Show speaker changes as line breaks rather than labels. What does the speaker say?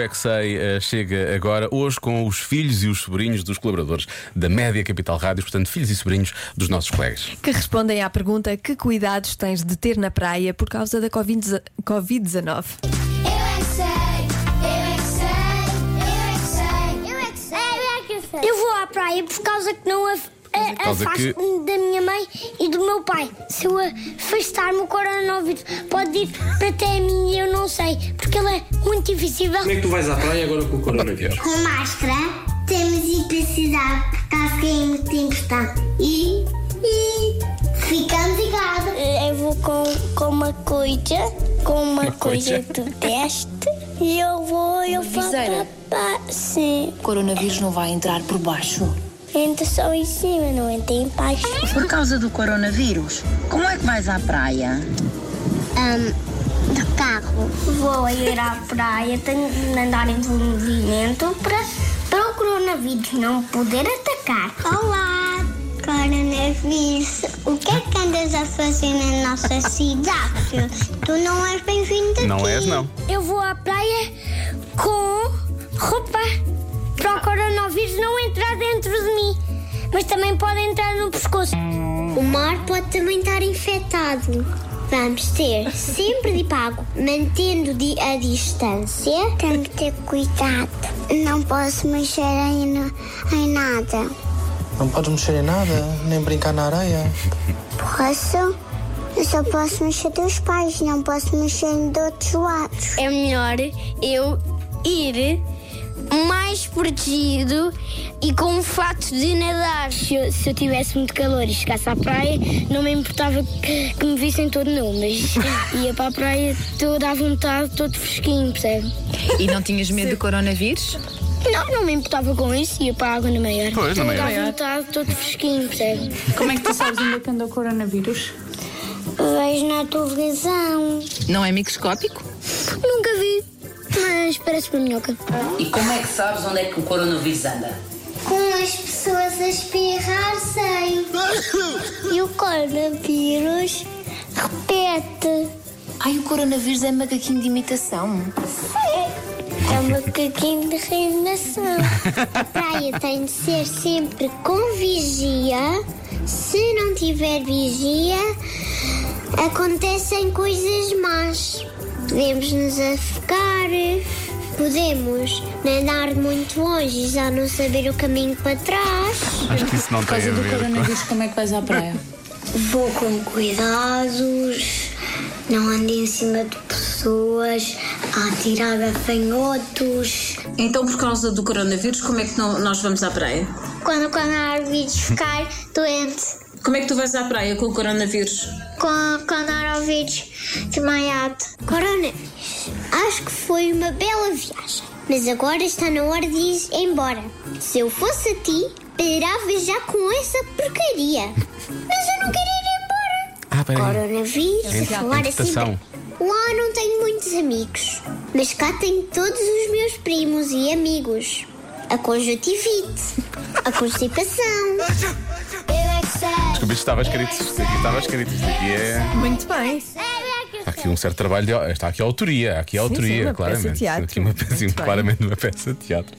é que sei eh, chega agora, hoje com os filhos e os sobrinhos dos colaboradores da Média Capital Rádios, portanto, filhos e sobrinhos dos nossos colegas.
Que respondem à pergunta: que cuidados tens de ter na praia por causa da Covid-19?
Eu é que sei, eu é que sei, eu é que sei, eu é que sei, eu é que sei. Eu vou à praia por causa que não af- a-
causa que-
afasto-me da minha mãe e do meu pai. Se eu afastar-me, o coronavírus pode ir até a mim e eu não sei, porque ele é muito difícil.
Como é que tu vais à praia agora com o coronavírus?
Com máscara, temos hipercidade, porque acho que é muito importante. E, e ficamos ligados. Eh, Eu vou com, com uma coisa, com uma, coisa do teste, e eu vou, eu vou
Viseira.
para Sim.
O coronavírus não vai entrar por baixo.
Entra só em cima, não entra em baixo.
Por causa do coronavírus, como é que vais à praia?
de carro. Vou ir à praia, tenho de andar em movimento para, para o coronavírus não poder atacar. Olá, coronavírus. O que é que andas a fazer na nossa cidade? Tu não és bem-vindo aqui.
Não és, não.
Eu vou à praia com roupa para o coronavírus não entrar dentro de mim. Mas também pode entrar no pescoço. O mar pode também estar infectado. Vamos ter sempre de pago, mantendo di- a distância. Tem que ter cuidado. Não posso mexer em, em nada.
Não podes mexer em nada, nem brincar na areia.
Posso? Eu só posso mexer dos pais, não posso mexer de outros lados. É melhor eu ir mais protegido e com o fato de nadar. Se eu, se eu tivesse muito calor e chegasse à praia, não me importava que, que me vissem todo nu, mas ia para a praia toda à vontade, todo fresquinho, percebe?
E não tinhas medo do coronavírus?
Não, não me importava com isso, ia para a água na maior.
Pois, na
toda
maior.
à vontade, todo fresquinho, percebe?
Como é que tu sabes onde é que anda o coronavírus?
Vejo na televisão.
Não é microscópico?
Nunca vi, mas parece uma minhoca.
E como é que sabes onde é que o coronavírus anda?
Com as pessoas a espirrar sem. e o coronavírus repete.
Ai, o coronavírus é macaquinho de imitação.
É um macaquinho de reinação. A praia tem de ser sempre com vigia. Se não tiver vigia, acontecem coisas más. Podemos nos afogar, podemos nadar muito longe e já não saber o caminho para trás.
Acho que isso não
Por
tem a
causa do
ver com.
coronavírus, como é que vais à praia?
Vou com cuidados, não ando em cima de pessoas, a atirar gafanhotos.
Então, por causa do coronavírus, como é que não- nós vamos à praia?
Quando, quando a árvore ficar doente,
Como é que tu vais à praia com o coronavírus?
quando, quando a árvore desmaiado. Coronavírus, acho que foi uma bela viagem, mas agora está na hora de ir embora. Se eu fosse a ti, parava já com essa porcaria. Mas eu não quero ir embora.
Ah, peraí.
Coronavírus,
Em-
a falar assim.
interpretação.
Lá não tenho muitos amigos, mas cá tenho todos os meus primos e amigos. A conjuntivite, a constipação. Eu é que sei.
Desculpa, isto estava escrito. Isto aqui estava escrito. Isto aqui é.
Muito bem.
Há aqui um certo trabalho de. Está aqui a autoria. Há aqui a
Sim,
autoria,
sim, uma peça de
claramente.
teatro.
Aqui uma peça,
Muito bem.
claramente uma peça de teatro.